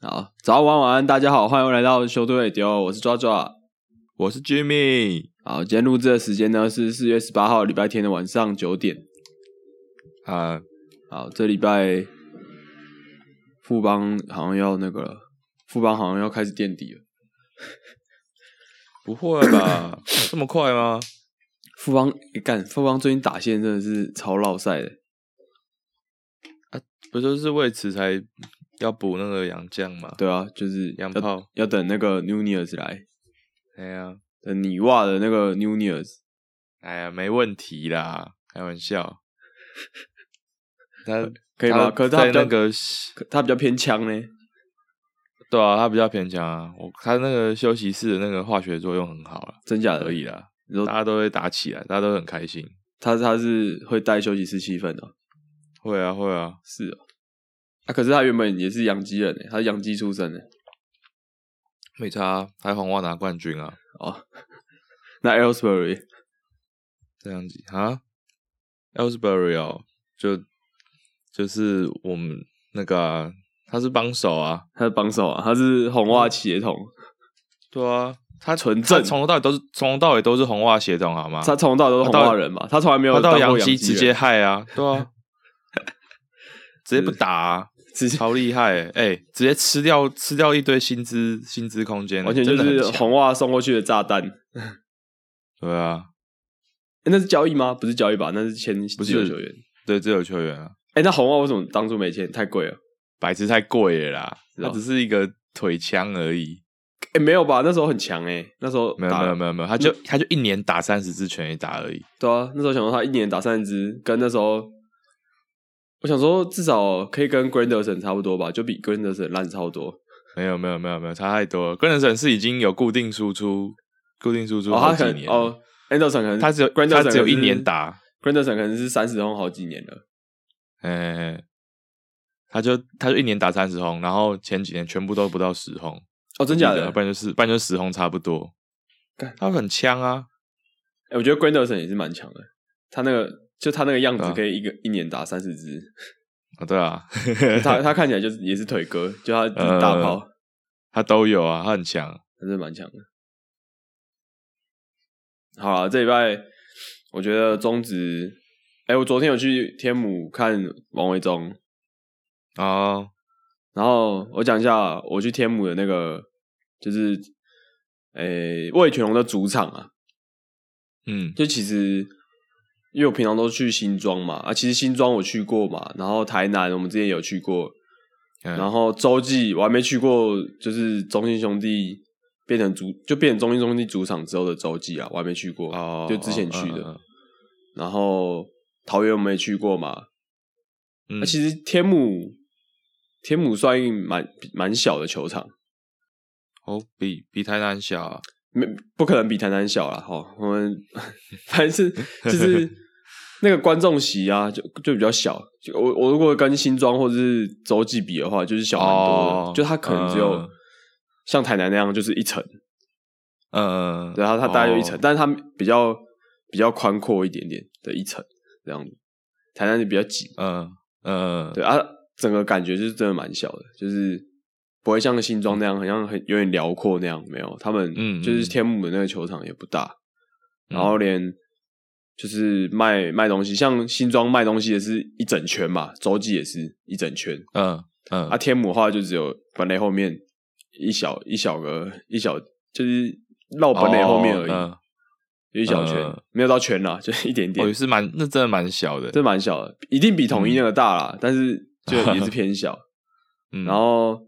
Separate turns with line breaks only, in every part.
好，早安晚安晚安，大家好，欢迎来到修队丢，我是抓抓。
我是 Jimmy。
好，今天录制的时间呢是四月十八号礼拜天的晚上九点。
啊，
好，这礼拜富邦好像要那个了，富邦好像要开始垫底了。
不会吧？这么快吗？
富邦诶干、富邦最近打线真的是超落赛的，
不就是为此才要补那个洋将吗？
对啊，就是
洋
要
炮。
要等那个 Nunez 来，
哎呀，
等你袜的那个 Nunez。
哎呀，没问题啦，开玩笑。他
可以吗？
他
可是他
在
比较
那个，
可他比较偏枪呢。
对啊，他比较偏强啊。我他那个休息室的那个化学作用很好了，
真假的？
可以。啦，
呃你说
大家都会打起来，大家都很开心。
他他是会带休息室气氛的、
会啊，会啊，
是哦。啊，可是他原本也是洋基人呢，他是洋基出身欸呢。
没差啊，还红袜拿冠军啊，
哦，那 Elsbury
这样子啊。Elsbury 哦，就就是我们那个啊、他是帮手啊，
他是帮手啊，他是红袜血统，
对啊，他
纯
他
正，
从头到尾都是从头到尾都是红袜血统好吗？
他从头到尾都是红袜人嘛，他从来没有
他到
当过
洋
基
基直接害啊，对啊，直接不打、啊，
直接
超厉害欸哎、直接吃掉吃掉一堆薪资薪资空间欸，
完全就
真
是
的很强
红袜送过去的炸弹。诶
对啊，
那是交易吗？不是交易吧？那是签
不
自
是
由球员。
对自由球员啊，
哎、那红袜为什么当初没签？太贵了。
白痴太贵了啦，
是哦
他只是一个腿枪而已，
哎、没有吧？那时候很强哎、那时候
没有
打嗯
没有没有没有，他就他就一年打三十支全垒打而已，
对啊，那时候想说他一年打三十支，跟那时候我想说至少可以跟 Granderson 差不多吧，就比 Granderson 烂超多。
没有没有没有没有差太多了，关键是已经有固定输出固定输出
哦，
好
他
几
可能
年了
哦，Anderson 可能
他只有
Granderson
他只有
可能是
一年打，
，Granderson 可能是三十轰好几年了。
哎、他就他就一年打三十轰，然后前几年全部都不到十轰，
哦，真假的？
不然就是不然就十轰差不多
干。
他很强啊，
哎、我觉得 Granderson 也是蛮强的，他那个就他那个样子
啊
可以一个、一年打三十支，
啊对啊，
他他看起来就是也是腿哥，就他就是
呃
大炮，
他都有啊，他很强。
还是蛮强的。好啦，这礼拜我觉得中职，哎、我昨天有去天母看王维忠，
哦，
然后我讲一下我去天母的那个，就是，哎、魏全龙的主场啊，
嗯，
就其实因为我平常都去新庄嘛，啊，其实新庄我去过嘛，然后台南我们之前有去过，
然
然后洲际我还没去过，就是中信兄弟变成主就变成中信兄弟主场之后的洲际啊，我还没去过，
哦，
就之前去的。
嗯，嗯
然后桃园我们也去过嘛，
嗯
那、其实天母天母算一蛮蛮小的球场，
哦，比比台南小啊，
没不可能比台南小啦。哈。我们反正是就是那个观众席啊，就就比较小。就我我如果跟新庄或者是洲际比的话，就是小蛮多的，
哦
就它可能只有
嗯
像台南那样就是一层，
嗯，嗯
然后它啊大概就一层，
哦
但是它比较比较宽阔一点点的一层这样子。台南就比较挤，
嗯嗯，嗯
对啊，整个感觉就是真的蛮小的，就是不会像新庄那样，好像很有点辽阔那样，没有。他们
嗯
就是
嗯
天母的那个球场也不大，
嗯
然后连就是卖卖东西，像新庄卖东西也是一整圈嘛，洲际也是一整圈，
嗯嗯
啊，天母的话就只有本垒后面一小一小个一小，就是绕本垒后面而已，
哦
就一小圈，
嗯
没有到圈啦，就是一点
嗯，
点
我也，是蛮那真的蛮小的，
这蛮小的，一定比统一那个大啦，但是 就也是偏小。
嗯
然后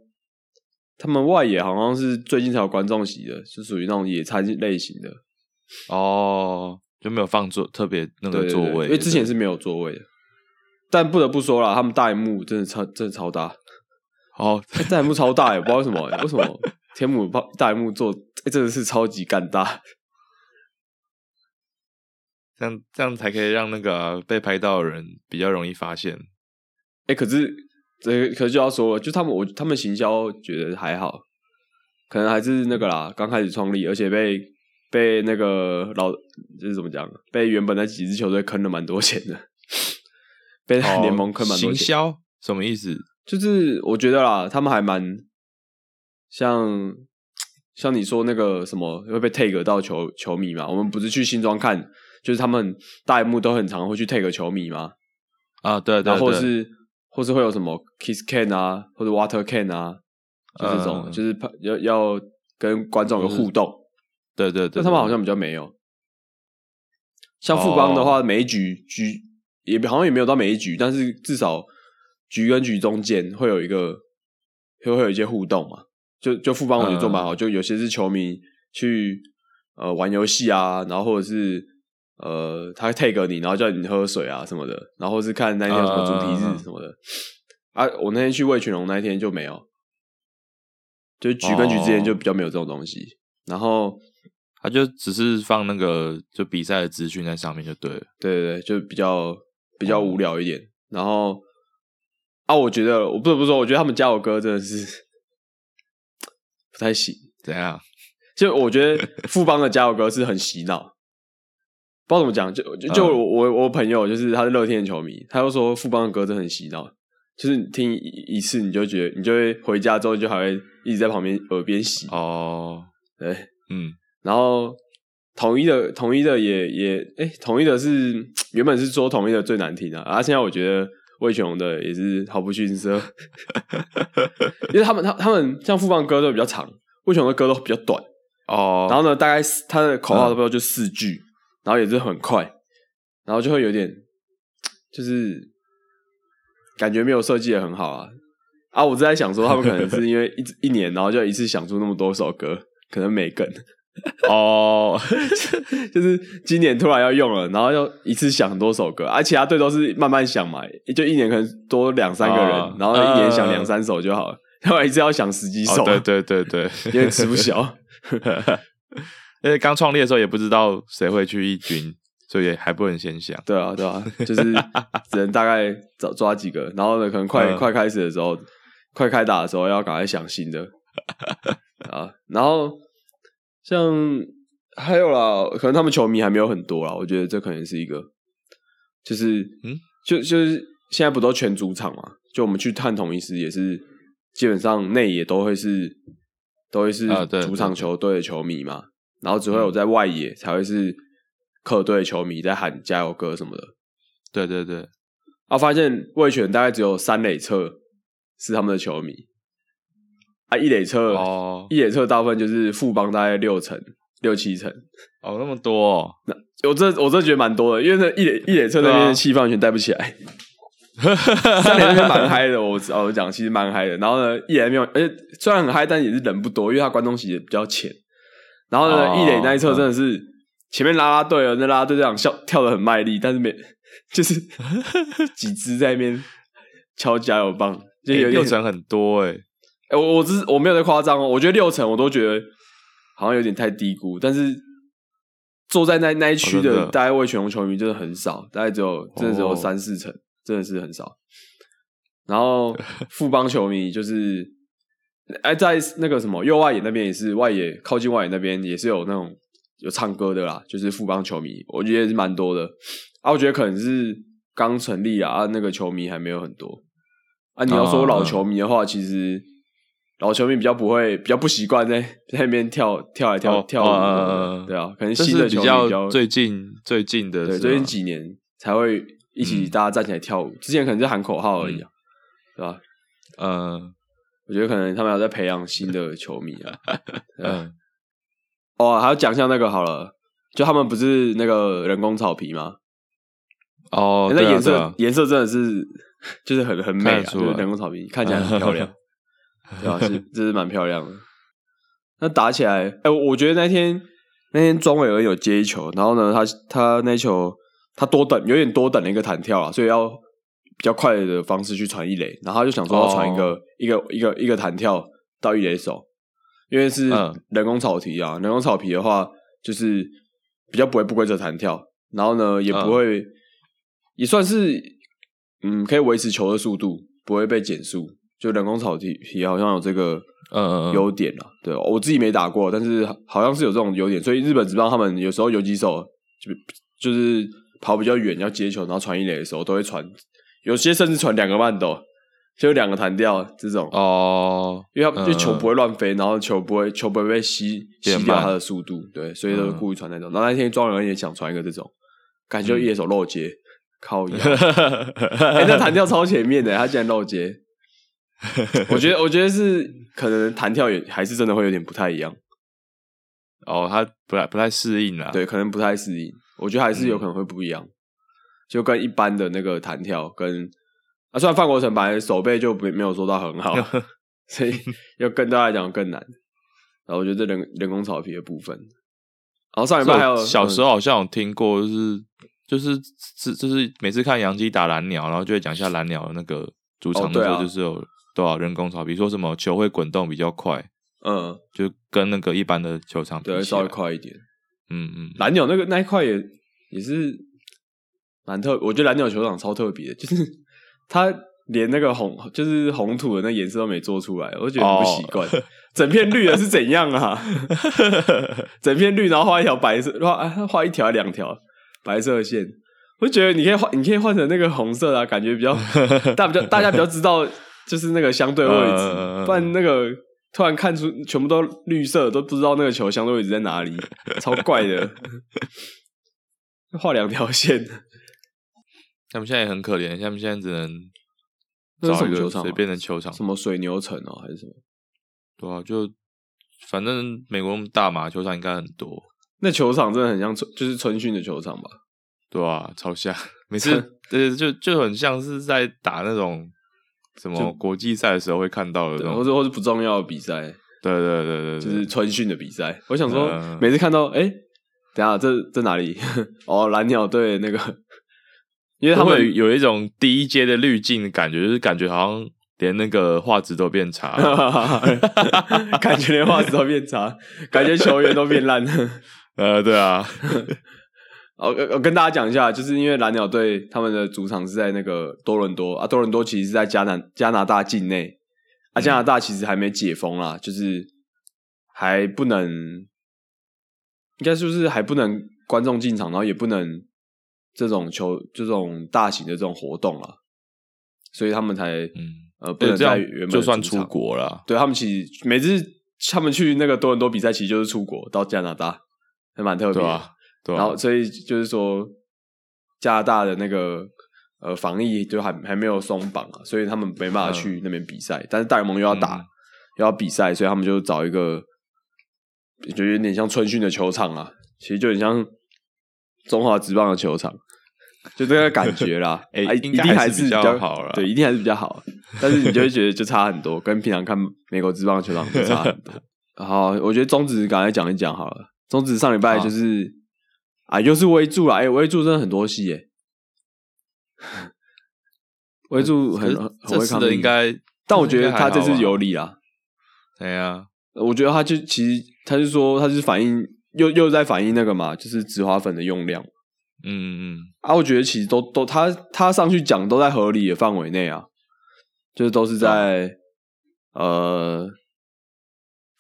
他们外野好像是最近才有观众席的，是属于那种野餐类型的
哦，就没有放座特别那
对
个
对
座
对
位，
因为之前是没有座位的。但不得不说啦，他们大荧幕真的超真的超大，
哦，
欸大荧幕超大也、不知道为什么欸、为什么天母大大荧幕做、欸真的是超级干大，
这样这样才可以让那个啊、被拍到的人比较容易发现。
哎、可是这可是就要说了，就他们我他们行销觉得还好，可能还是那个啦，刚开始创立，而且被被那个老就是怎么讲，被原本那几支球队坑了蛮多钱的， 被
哦
联盟坑蛮多
行
钱。
销什么意思？
就是我觉得啦，他们还蛮像像你说那个什么会被 take 到球球迷嘛？我们不是去新庄看，就是他们大幕都很常会去 take 球迷嘛，
啊，对对
然后或
对，
是或是会有什么 kiss can 啊，或者 water can 啊，就这种，
嗯
就是怕要要跟观众有互动，
对对对，
但他们好
对
像比较没有。像富邦的
哦
话，每一局局也好像也没有到每一局，但是至少局跟局中间会有一个会会有一些互动嘛。就就富邦我觉
嗯
得做蛮好，就有些是球迷去呃玩游戏啊，然后或者是呃他 take 你，然后叫你喝水啊什么的，然后是看那天有什么主题
嗯嗯嗯
日什么的。啊，我那天去魏群龙那一天就没有，就是局跟局之
哦
间就比较没有这种东西。然后
他就只是放那个就比赛的资讯在上面就对了。
对对对，就比较比较无聊一点。然后啊，我觉得我不得不说，我觉得他们家我哥真的是 不太行。
怎样？
就我觉得富邦的加油歌是很洗脑，不知道怎么讲。就就就
嗯
我我我朋友就是他是乐天的球迷，他就说富邦的歌真的很洗脑，就是你听一一次你就觉得你就会回家之后你就还会一直在旁边耳边洗。
哦，
对，
嗯，
然后统一的统一的也也哎、统一的是原本是说统一的最难听的、啊，啊，现在我觉得魏全龙的也是毫不逊色， 因为他们他他们像富邦歌都比较长，魏全龙的歌都比较短。
哦，
然后呢，大概四他的口
嗯
号差不多就四句，然后也是很快，然后就会有点就是感觉没有设计的很好啊啊！我是在想说，他们可能是因为一直一年，然后就一次想出那么多首歌，可能每梗
哦，
就是今年突然要用了，然后要一次想很多首歌，而、啊、其他队都是慢慢想嘛，就一年可能多两三个人，
啊
然后一年想
嗯
两三首就好了， 要不然一次要想十几首，
哦对对对 对，
有点吃不消。
因为刚创立的时候也不知道谁会去一军，所以也还不能先想。
对啊，对啊，就是只能大概找抓几个，然后呢，可能快、
嗯
快开始的时候，快开打的时候要赶快想新的啊。然后像还有啦，可能他们球迷还没有很多啦，我觉得这可能是一个，就是
嗯，
就就是现在不都全主场嘛？就我们去探统一师也是，基本上内野都会是都会是
啊对
主
对嗯
场
对
球队的球迷嘛，然后只会有在外野才会是客队的球迷在喊加油歌什么的。
对对对，
啊，发现魏权大概只有三垒侧是他们的球迷，啊，一垒侧、
哦
一垒侧大部分就是富邦大概六成六七成，
哦，那么多、 哦，
我这我这觉得蛮多的，因为那一垒一垒侧那边
对
的
啊
气氛完全带不起来， 三垒那边蛮嗨的，我知道我讲其实蛮嗨的，然后呢一垒没有，而且虽然很嗨，但也是人不多，因为他观众席也比较浅，然后呢、
哦
一垒那一侧真的是。前面拉拉队了，那拉拉队队长笑跳的很卖力，但是没 就是几只在那边敲加油棒，就
诶
有
哎六
点
成很多哎、
哎、我我只是我没有在夸张哦，我觉得六成我都觉得好像有点太低估，但是坐在那那一区
哦真的
大概魏全龙球迷真的很少，大概只有真的只有
哦
三四成，真的是很少。然 后富邦球迷就是，哎、在那个什么右外野那边也是外野靠近外野那边也是有那种有唱歌的啦，就是富邦球迷，我觉得也是蛮多的。啊，我觉得可能是刚成立啊，啊那个球迷还没有很多。啊，你要说
嗯
老球迷的话，其实老球迷比较不会，比较不习惯在在那边跳跳来跳、
哦
跳舞什么的、
嗯嗯嗯嗯
对啊，可能
这
新
是
的球
比
迷比
较
较
最近最近的是
对
吗，
最近几年才会一起
嗯
大家站起来跳舞，之前可能是喊口号而已、啊，对吧、
嗯
我觉得可能他们要在培养新的球迷啊。 对啊
嗯
哦，还要讲一下那个好了，就他们不是那个人工草皮吗？
哦，
欸那
对啊
颜
对
色
啊
颜色真的是 就是很很美
看
啊，
得出
就
来
是人工草坪看 起来很漂亮，对啊，是这是蛮漂亮的。那打起来，哎、我我觉得那天那天庄伟恩有接一球，然后呢，他他那球他多等有点多等了一个弹跳啊，所以要比较快的方式去传一垒，然后他就想说
哦
要传一个、一个一个一个弹跳到一垒手，因为是
嗯
人工草皮啊，人工草皮的话就是比较不会不规则弹跳，然后呢也不会、也算是嗯可以维持球的速度，不会被减速。就人工草皮皮好像有这个
嗯嗯嗯
优点啊，对我自己没打过，但是好像是有这种优点，所以日本只让他们有时候有几手就就是跑比较远要接球，然后传一垒的时候都会传，有些甚至传两个慢斗，就两个弹掉这种，
哦，
因为他就球
嗯
不会乱飞，然后球不会球不会被吸
变
吸掉
慢
它的速度，对，所以都是
嗯
故意传那种。然后那天庄人也想传一个这种，感
嗯
觉就一手漏接，靠腰！哎、那弹跳超前面的，他竟然漏接。我觉得，我觉得是可能弹跳也还是真的会有点不太一样，
哦，他不太不太适应啊啦。
对，可能不太适应。我觉得还是
嗯
有可能会不一样，就跟一般的那个弹跳跟啊，虽然范国成本来手背就没没有做到很 好，所以要跟大家讲更难。然后我觉得这人人工草皮的部分，然后上礼
这
拜
我
还有嗯
小时
候
候好像有听过，就是就是是就是每次看杨基打蓝鸟，然后就会讲一下蓝鸟的那个主
哦
场
对
的
啊
时候，就是有多少人工草皮，说什么球会滚动比较快，
嗯，
就跟那个一般的球场比
对，
起
稍微
来，
快一点。
嗯嗯，
蓝鸟那个那一块也也是蛮特，我觉得蓝鸟球场超特别的，就是 它连那个红就是红土的那颜色都没做出来，我就觉得很不习惯。整片绿的是怎样啊？ 整片绿，然后画一条白色，画啊画一条还两条白色的线，我就觉得你可以画，你可以换成那个红色的、啊，感觉比 较大比较大家比较知道就是那个相对位置，
嗯嗯嗯嗯
不然那个突然看出全部都绿色，都不知道那个球相对位置在 哪里，超怪的。画两条线，
他们现在也很可怜，他们现在只能
那是
找
什
一
么
个
球场啊
随便的球场，
什么水牛城哦，还是什么？
对啊，就反正美国那么大嘛，球场应该很多，
那球场真的很像春，就是春训的球场吧？
对啊，超像，每次呃就就很像是在打那种什
就
么国际赛的时候会看到的那
对，或
种，
者或是不重要的比赛，
对对对对对，
就是春训的比赛。我想说
嗯，
每次看到，哎、等一下这这哪里？ 哦，蓝鸟队那个，因为
他
他
们
们
有有一种第一阶的滤镜的感觉，就是感觉好像连那个画质都变差 了，
感觉连画质都变 差，感觉球员都变烂 了。
呃，对啊，
哦，呃我跟大家讲一下，就是因为蓝鸟队他们的主场是在那个多伦多啊，多伦多其实是在加拿加拿大境内
嗯
啊，加拿大其实还没解封啦，就是还不能，应该是不是还不能观众进场，然后也不能这种球这种大型的这种活动啦，所以他们才、
嗯，
呃不
对，
能
这
在
样
原本的
就算
主场
出，国了，
对他们其实每次他们去那个多伦多比赛，其实就是出国到加拿大，还蛮特别
对
的。
啊，对
然
啊
后，所以就是说，加拿大的那个呃防疫就还还没有松绑啊，所以他们没办法去那边比赛。但是大联盟又要打，
嗯
又要比赛，所以他们就找一个就有点像春训的球场啊，其实就很像中华职棒的球场，就这个感觉
。
啦
哎
啊一
应
定
该
还
还
比
是比较
较
好啦
对，一定还是比较好。啊但是你就会觉得就差很多，跟平常看美国职棒的球场就差很 多。好，我觉得中职赶快讲一讲好了。中职上礼拜就是啊，又是微助啦，哎、微助真的很多戏耶、 微助
可
很
是
很很
这
会
次
抗
的
力
应，该，
但我觉得他这次有
理，
理啦。
对啊，
我觉得他就其实他是说他是反映又又在反映那个嘛，就是植花粉的用量
嗯嗯
啊。我觉得其实都都他他上去讲都在合理的范围内啊，就是都是在、
嗯
呃，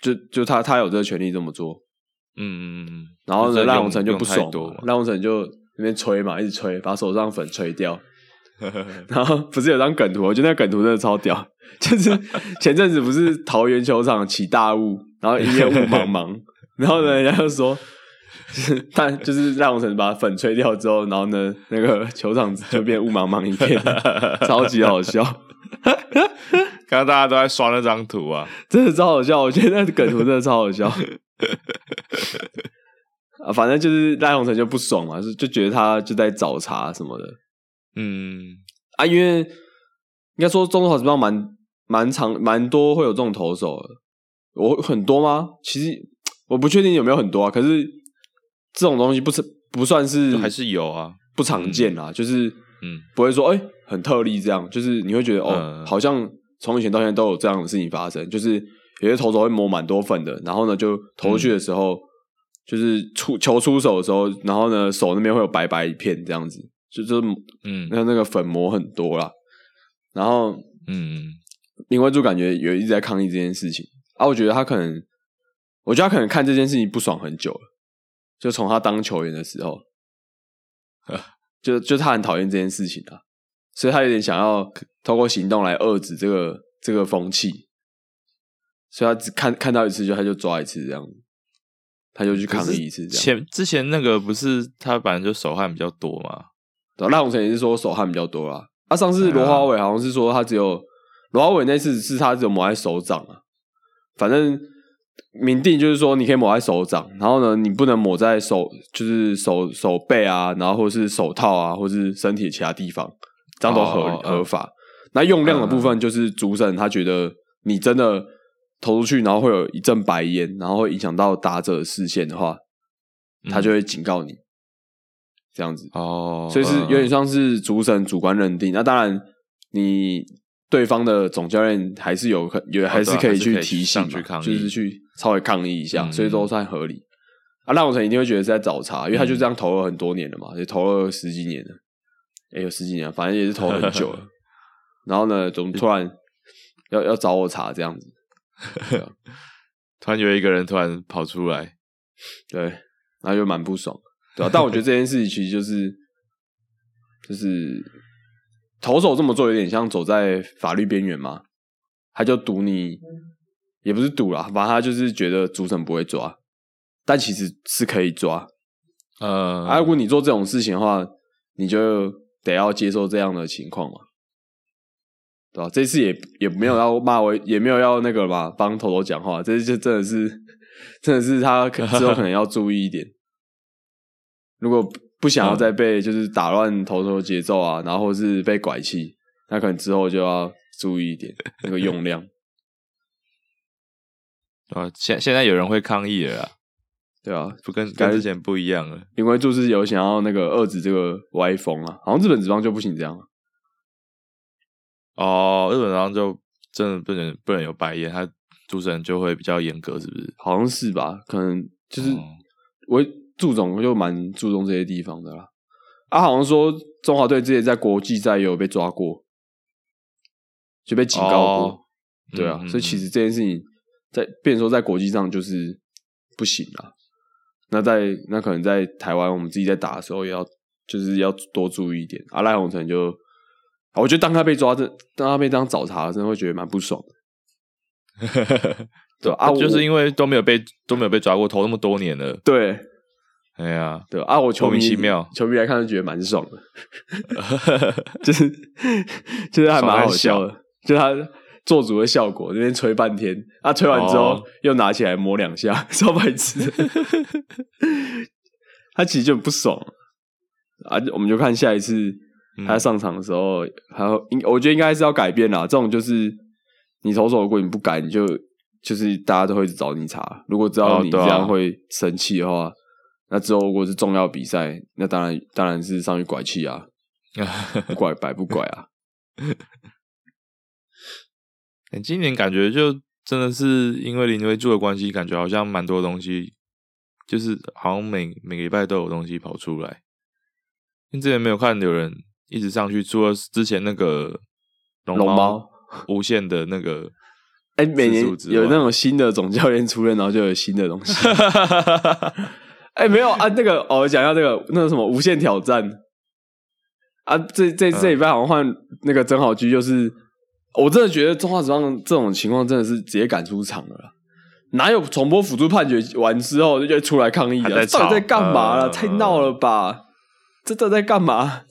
就就他他有这个权利这么做。
嗯嗯嗯嗯，
然后
就
呢，
是
赖
用
鸿成就不
用太
爽
多
嘛
嘛，
赖鸿成就那边吹嘛，一直吹，把手上粉吹掉。然后不是有张梗图，我觉得那梗图真的超屌，就是前阵子不是桃园球场起大雾，然后一片雾茫茫，然后呢，人家就说，就是但就是赖鸿成把粉吹掉之后，然后呢，那个球场就变雾茫茫一片，超级好笑，
刚刚大家都在刷那张图啊，
真的超好笑，我觉得那梗图真的超好 笑。啊，反正就是赖鸿成就不爽嘛，就就觉得他就在找茬什么的。
嗯，
啊，因为应该说中华职棒蛮蛮长蛮多会有这种投手的，我很多吗？其实我不确定有没有很多啊，可是这种东西不是不算是
还是有啊，
不常见啦，就是
嗯
不会说哎、很特例这样，就是你会觉得哦、
嗯
好像从以前到现在都有这样的事情发生，就是有些投手会磨蛮多粉的，然后呢就投出去的时候，就是出球出手的时候，然后呢手那边会有白白一片这样子，就就是
嗯
那那个粉膜很多啦。然后
嗯
林慧柱感觉有一直在抗议这件事情啊，我觉得他可能，我觉得他可能看这件事情不爽很久了，就 从他当球员的时候，就就他很讨厌这件事情啊，所以他有点想要透过行动来遏制这个这个风气，所以他只看看到一次就他就抓一次这样，他就去抗议一次这样。
前之前那个不是他本来就手汗比较多嘛，
对啊赖鸿成也是说手汗比较多啦，啊，上次罗华伟好像是说他只有罗华伟那次是他只有抹在手掌啊，反正明定就是说你可以抹在手掌，然后呢你不能抹在手就是手手背啊，然后或是手套啊，或是身体其他地方，这样都合、
哦哦嗯
合法。那用量的部分就是主审他觉得你真的投出去，然后会有一阵白烟，然后会影响到打者的视线的话，
嗯
他就会警告你，这样子。
哦，
所以是有点像
像
是主审主观认定。那当然，你对方的总教练还是有可有还是可以去提醒
哦啊还是可
嘛，
以上去抗议
就是去稍微抗议一下，
嗯
所以都算合理。啊，赖永成一定会觉得是在找茬，因为他就
嗯
这样投了很多年了嘛，也投了十几年了，也、有十几年了，反正也是投很 久了。然后呢，怎么突然要要找我查这样子？
突然有一个人突然跑出来，
对，然后就蛮不爽，对啊吧、但我觉得这件事情其实就是，就是投手这么做有点像走在法律边缘嘛，他就赌你，也不是赌啦，反正他就是觉得主审不会抓，但其实是可以抓。
呃，
啊，如果你做这种事情的话，你就得要接受这样的情况嘛，对吧、这次也也没有要骂我，也没有要那个嘛，帮头头讲话，这就真的是，真的是他可之后可能要注意一点，如果不想要再被就是打乱头头节奏啊，然后或是被拐气，那可能之后就要注意一点那个用量，
啊，现现在有人会抗议了啦，
对啊，
不跟
感
跟
觉
之前不一样了。
林为就是有想要那个遏制这个歪风啊，好像日本职棒就不行这样啊，
哦，日本好像就真的不能不能有白烟，他主持人就会比较严格，是不是？
好像是吧？可能就是
哦
我祝总就蛮注重这些地方的啦。啊，好像说中华队之前在国际赛也有被抓过，就被警告过，
哦
对啊。
嗯嗯
所以其实这件事情在，变成说在国际上就是不行啦。那在那可能在台湾，我们自己在打的时候也要就是要多注意一点。啊，赖鸿成就，啊我觉得当他被抓，这当他被当找茬，真的会觉得蛮不爽的。 对啊，
就是
为
因为都没有被都没有被抓过，投那么多年了，
对
哎呀，
对啊，我球迷
莫名其妙
球迷来看就觉得蛮爽的。 就是就是还蛮好笑的，就他做足的效果，那边吹半天，啊，吹完之后、
哦
又拿起来摸两下， 超白痴的。他其实就很不爽啊，我们就看下一次
嗯
他上场的时候，还有应我觉得应该是要改变啦。这种就是你投手，如果你不改，你就就是大家都会一直找你查。如果知道
哦
你这
对啊
样会生气的话，那之后如果是重要比赛，那当然当然是上去拐气啊。
哎
不拐白不拐啊，
欸今年感觉就真的是因为林威柱的关系，感觉好像蛮多东西，就是好像每每个礼拜都有东西跑出来。因为之前没有看有人一直上去，除了之前那个龙
龙猫。
无限的那个，
哎、每年
次数之外
有那种新的总教练出任，然后就有新的 东西。哎、没有啊，那个哦，我讲一下这个那个什么无限挑战啊，这
嗯
这这礼拜好像换那个曾好居，就是我真的觉得中华职棒这种情况真的是直接赶出场了啦。哪有重播辅助判决完之后就出来抗议
还
啊？
在
到底
吵
在干嘛了？
嗯
太闹了吧！这到底在干嘛？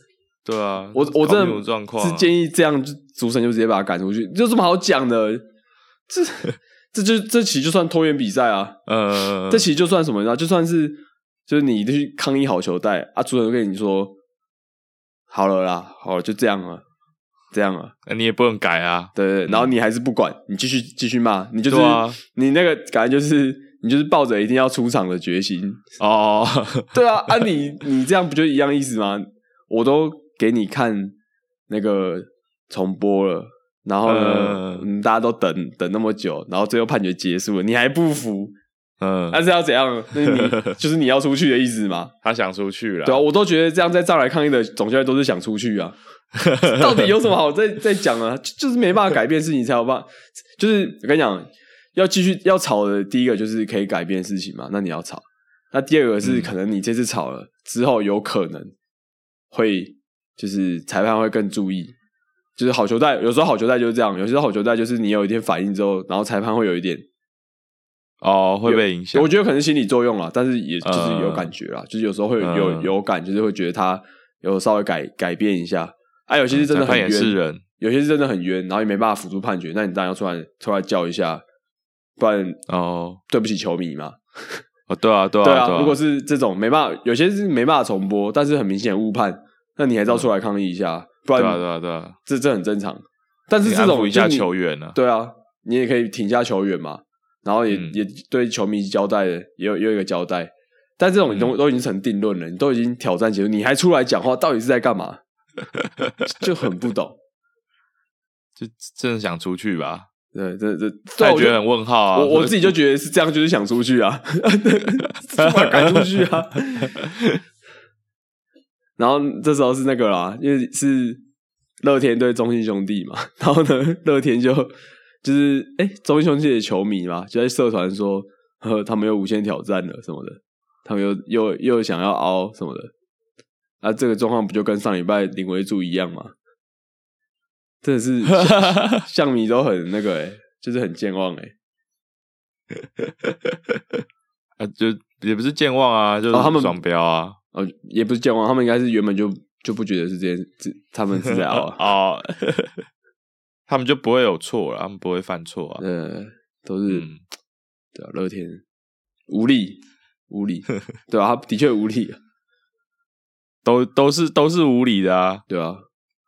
对啊，
我我真
搞不懂
的
状况啊
是建议这样，就主审就直接把他赶出去，有什么好讲的？ 这这就这其实就算拖延比赛啊，
呃，
这其实就算什么呢？就算是就是你去抗议好球带啊，主审就跟你说好了啦，好了就这样了，这样了，
哎那你也不能 改啊，
对对对，然后你还是不管，你继续继续骂，你就是、
对啊
你那个感觉就是你就是抱着一定要出场的决心，
哦，
对啊，啊你你这样不就一样意思吗？我都给你看那个重播了，然后呢，
嗯
嗯，大家都等等那么久，然后最后判决结束了，你还不服，
嗯
那、，是要怎样？那你就是你要出去的意思嘛？
他想出去了，
对啊，我都觉得这样再上来抗议的总教练都是想出去啊， 到底有什么好再再讲啊？就就是没办法改变事情才有办法，就是我跟你讲，要继续要吵的第一个就是可以改变事情嘛，那你要吵。那第二个是
嗯
可能你这次吵了、之后，有可能会就是裁判会更注意，就是好球带，有时候好球带就是这样，有时候好球带就是你有一点反应之后，然后裁判会有一点，
哦，会被影响。
我觉得可能是心理作用啦，但是也就是有
嗯
感觉啦，就是有时候会有
嗯
有有感，就是会觉得他有稍微改改变一下。啊，有些是真的
裁
很冤，
判嗯也是人，
有些是真的很冤，然后也没办法辅助判决，那你当然要出来出来叫一下，不然
哦
对不起球迷嘛。
哦，对啊，对啊，
对
对
啊，如果是这种没办法，有些是没办法重播，但是很明显的误判，那你还是要出来抗议一下，不
嗯对啊，对
然
啊，对啊，
这这很正常。但是
你
这
安
种
抚一下
就是你
球员啊，
对啊，你也可以挺一下球员嘛，然后也、
嗯
也对球迷交代了，也有也有一个交代。但这种
嗯
都、都已经成定论了，你都已经挑战结束，你还出来讲话，到底是在干嘛？ 就很不懂。
就真的想出去吧，
对，这这，
他
对
也
我
觉
就
得很问号啊。
我我自己就觉得是这样，就是想出去啊， 出法赶出去啊。 然后这时候是那个啦，因为是乐天对中信兄弟嘛， 然后呢，乐天就就是哎、诶中信兄弟的球迷嘛，就在社团说，呵，他们又无限挑战了什么的，他们又又又想要凹什么的，啊，这个状况不就跟上礼拜林维柱一样吗？真的是 象迷都很那个哎、就是很健忘哎、
啊，就也不是健忘啊，就是
哦他们
双标啊。
哦，也不是健忘，他们应该是原本就就不觉得是这件，这他们是在熬啊，
哦，他们就不会有错了，他们不会犯错啊。
呃，都是、
嗯，
对啊，乐天无力无力，对啊，他的确无力，
都都是都是无理的啊，
对啊，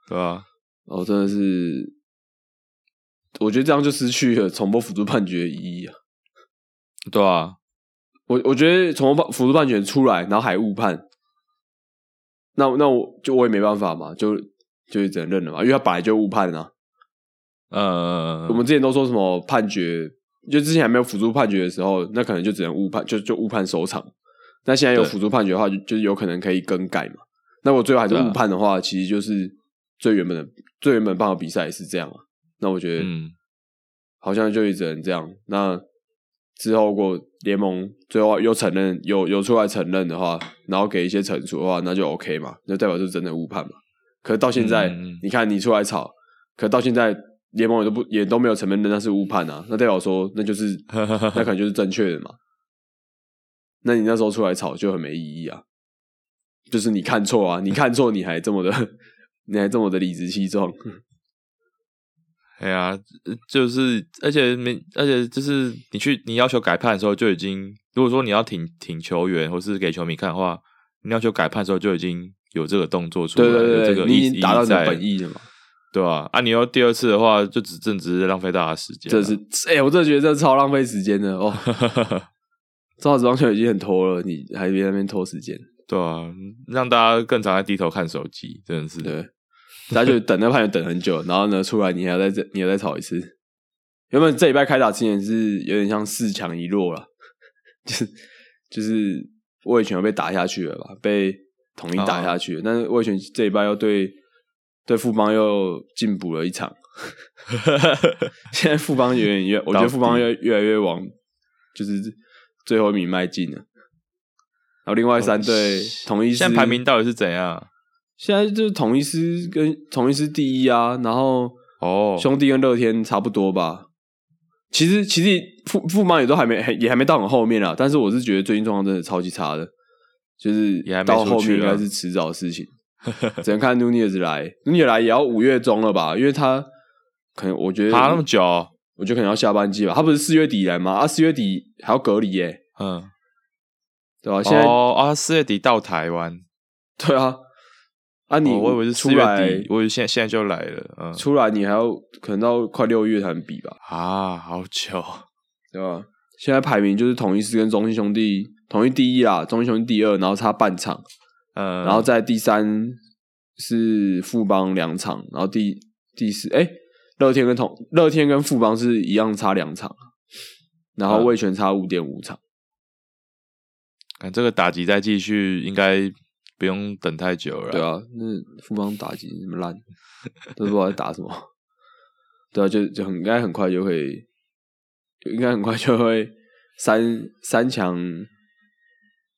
对吧、
哦，真的是，我觉得这样就失去了重播辅助判决的意义啊。
对啊，
我我觉得重播判辅助判决出来，然后还误判，那那我就我也没办法嘛，就就只能认了嘛，因为他本来就误判啊。
呃，
我们之前都说什么判决，就之前还没有辅助判决的时候，那可能就只能误判，就就误判收场。那现在有
对
辅助判决的话，就就是有可能可以更改嘛。那我最后还是
对啊
误判的话，其实就是最原本的最原本棒球比赛也是这样啊。那我觉得
嗯，
好像就也只能这样。那之后如果联盟最后又承认有有出来承认的话，然后给一些惩处的话，那就 OK 嘛，那代表是真的误判嘛。可是到现在，
嗯嗯嗯
你看你出来吵，可到现在联盟也都不也都没有承认那是误判啊，那代表说那就是 那可能就是正确的嘛。那你那时候出来吵就很没意义啊，就是你看错啊，你看错你还这么的， 你还这么的理直气壮，
哎呀、就是，而且没，而且就是你去你要求改判的时候就已经，如果说你要挺挺球员或是给球迷看的话，你要求改判的时候就已经有这个动作出来，
对对
有
对对，
这个
你
意
已经达到你的
在
本意了嘛。
对吧、啊？你要第二次的话，就只正只是浪费大家的时间、啊，
这是哎、我真的觉得这超浪费时间的哦。中华职棒球已经很拖了，你还在那边拖时间，
对啊，让大家更常在低头看手机，真的是
对，大家就等那判决等很久，然后呢出来你还要再这你还要再吵一次。原本这礼拜开打之前是有点像四强一落了，就是就是魏权被打下去了吧，被统一打下
哦
去了，但是魏权这礼拜又对对富邦又进补了一场， 现在富邦有点越，我觉得富邦越越来越往就是最后一名迈进了。然后另外三队统一是
哦现在排名到底是怎样？
现在就是统一师跟统一师第一啊，然后
哦，
兄弟跟乐天差不多吧。其实其实富富邦也都还没还也还没到很后面啊，但是我是觉得最近状况真的超级差的，就是
也还没
到后
出去
面应该
啊
是迟早的事情， 只能看 Nunez 来，Nunez 来也要五月中了吧，因为他可能我觉得
爬那么久哦，
我觉得可能要下半季吧，他不是四月底来吗？啊，四月底还要隔离耶、
嗯，
对吧、现在、
哦啊，四月底到台湾，
对啊，啊你、
哦我以为是
出
四月
来
底，我以为现在现在就来了，嗯
出来你还要可能到快六月才能比吧，
啊，好久，
对吧？现在排名就是统一师跟中信兄弟，统一第一啦，中信兄弟第二，然后差半场，
嗯，
然后在第三是富邦两场，然后第第四哎，乐天跟统乐天跟富邦是一样差两场，啊然后
嗯
魏权差五点五场，
看这个打击再继续，应该不用等太久了，
对，啊，那富邦打击那么烂，都不知道在打什么， 对啊，就就很应该很快就会，应该很快就会三三强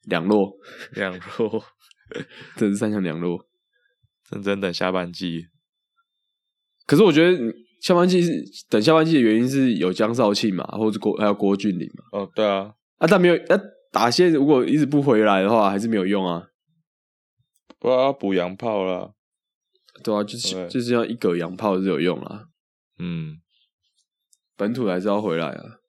两落。
两 弱，
真是三强两弱。
认真等下半季，
可是我觉得下半季是等下半季的原因是有江少庆嘛，或者是郭还有郭俊霖嘛
哦，对啊，
啊，但没有那、打线如果一直不回来的话，还是没有用啊。
不然要补洋炮啦。
对啊，就是
对
就是要一个洋炮是有用啦，
嗯，
啊本土还是要回来啊。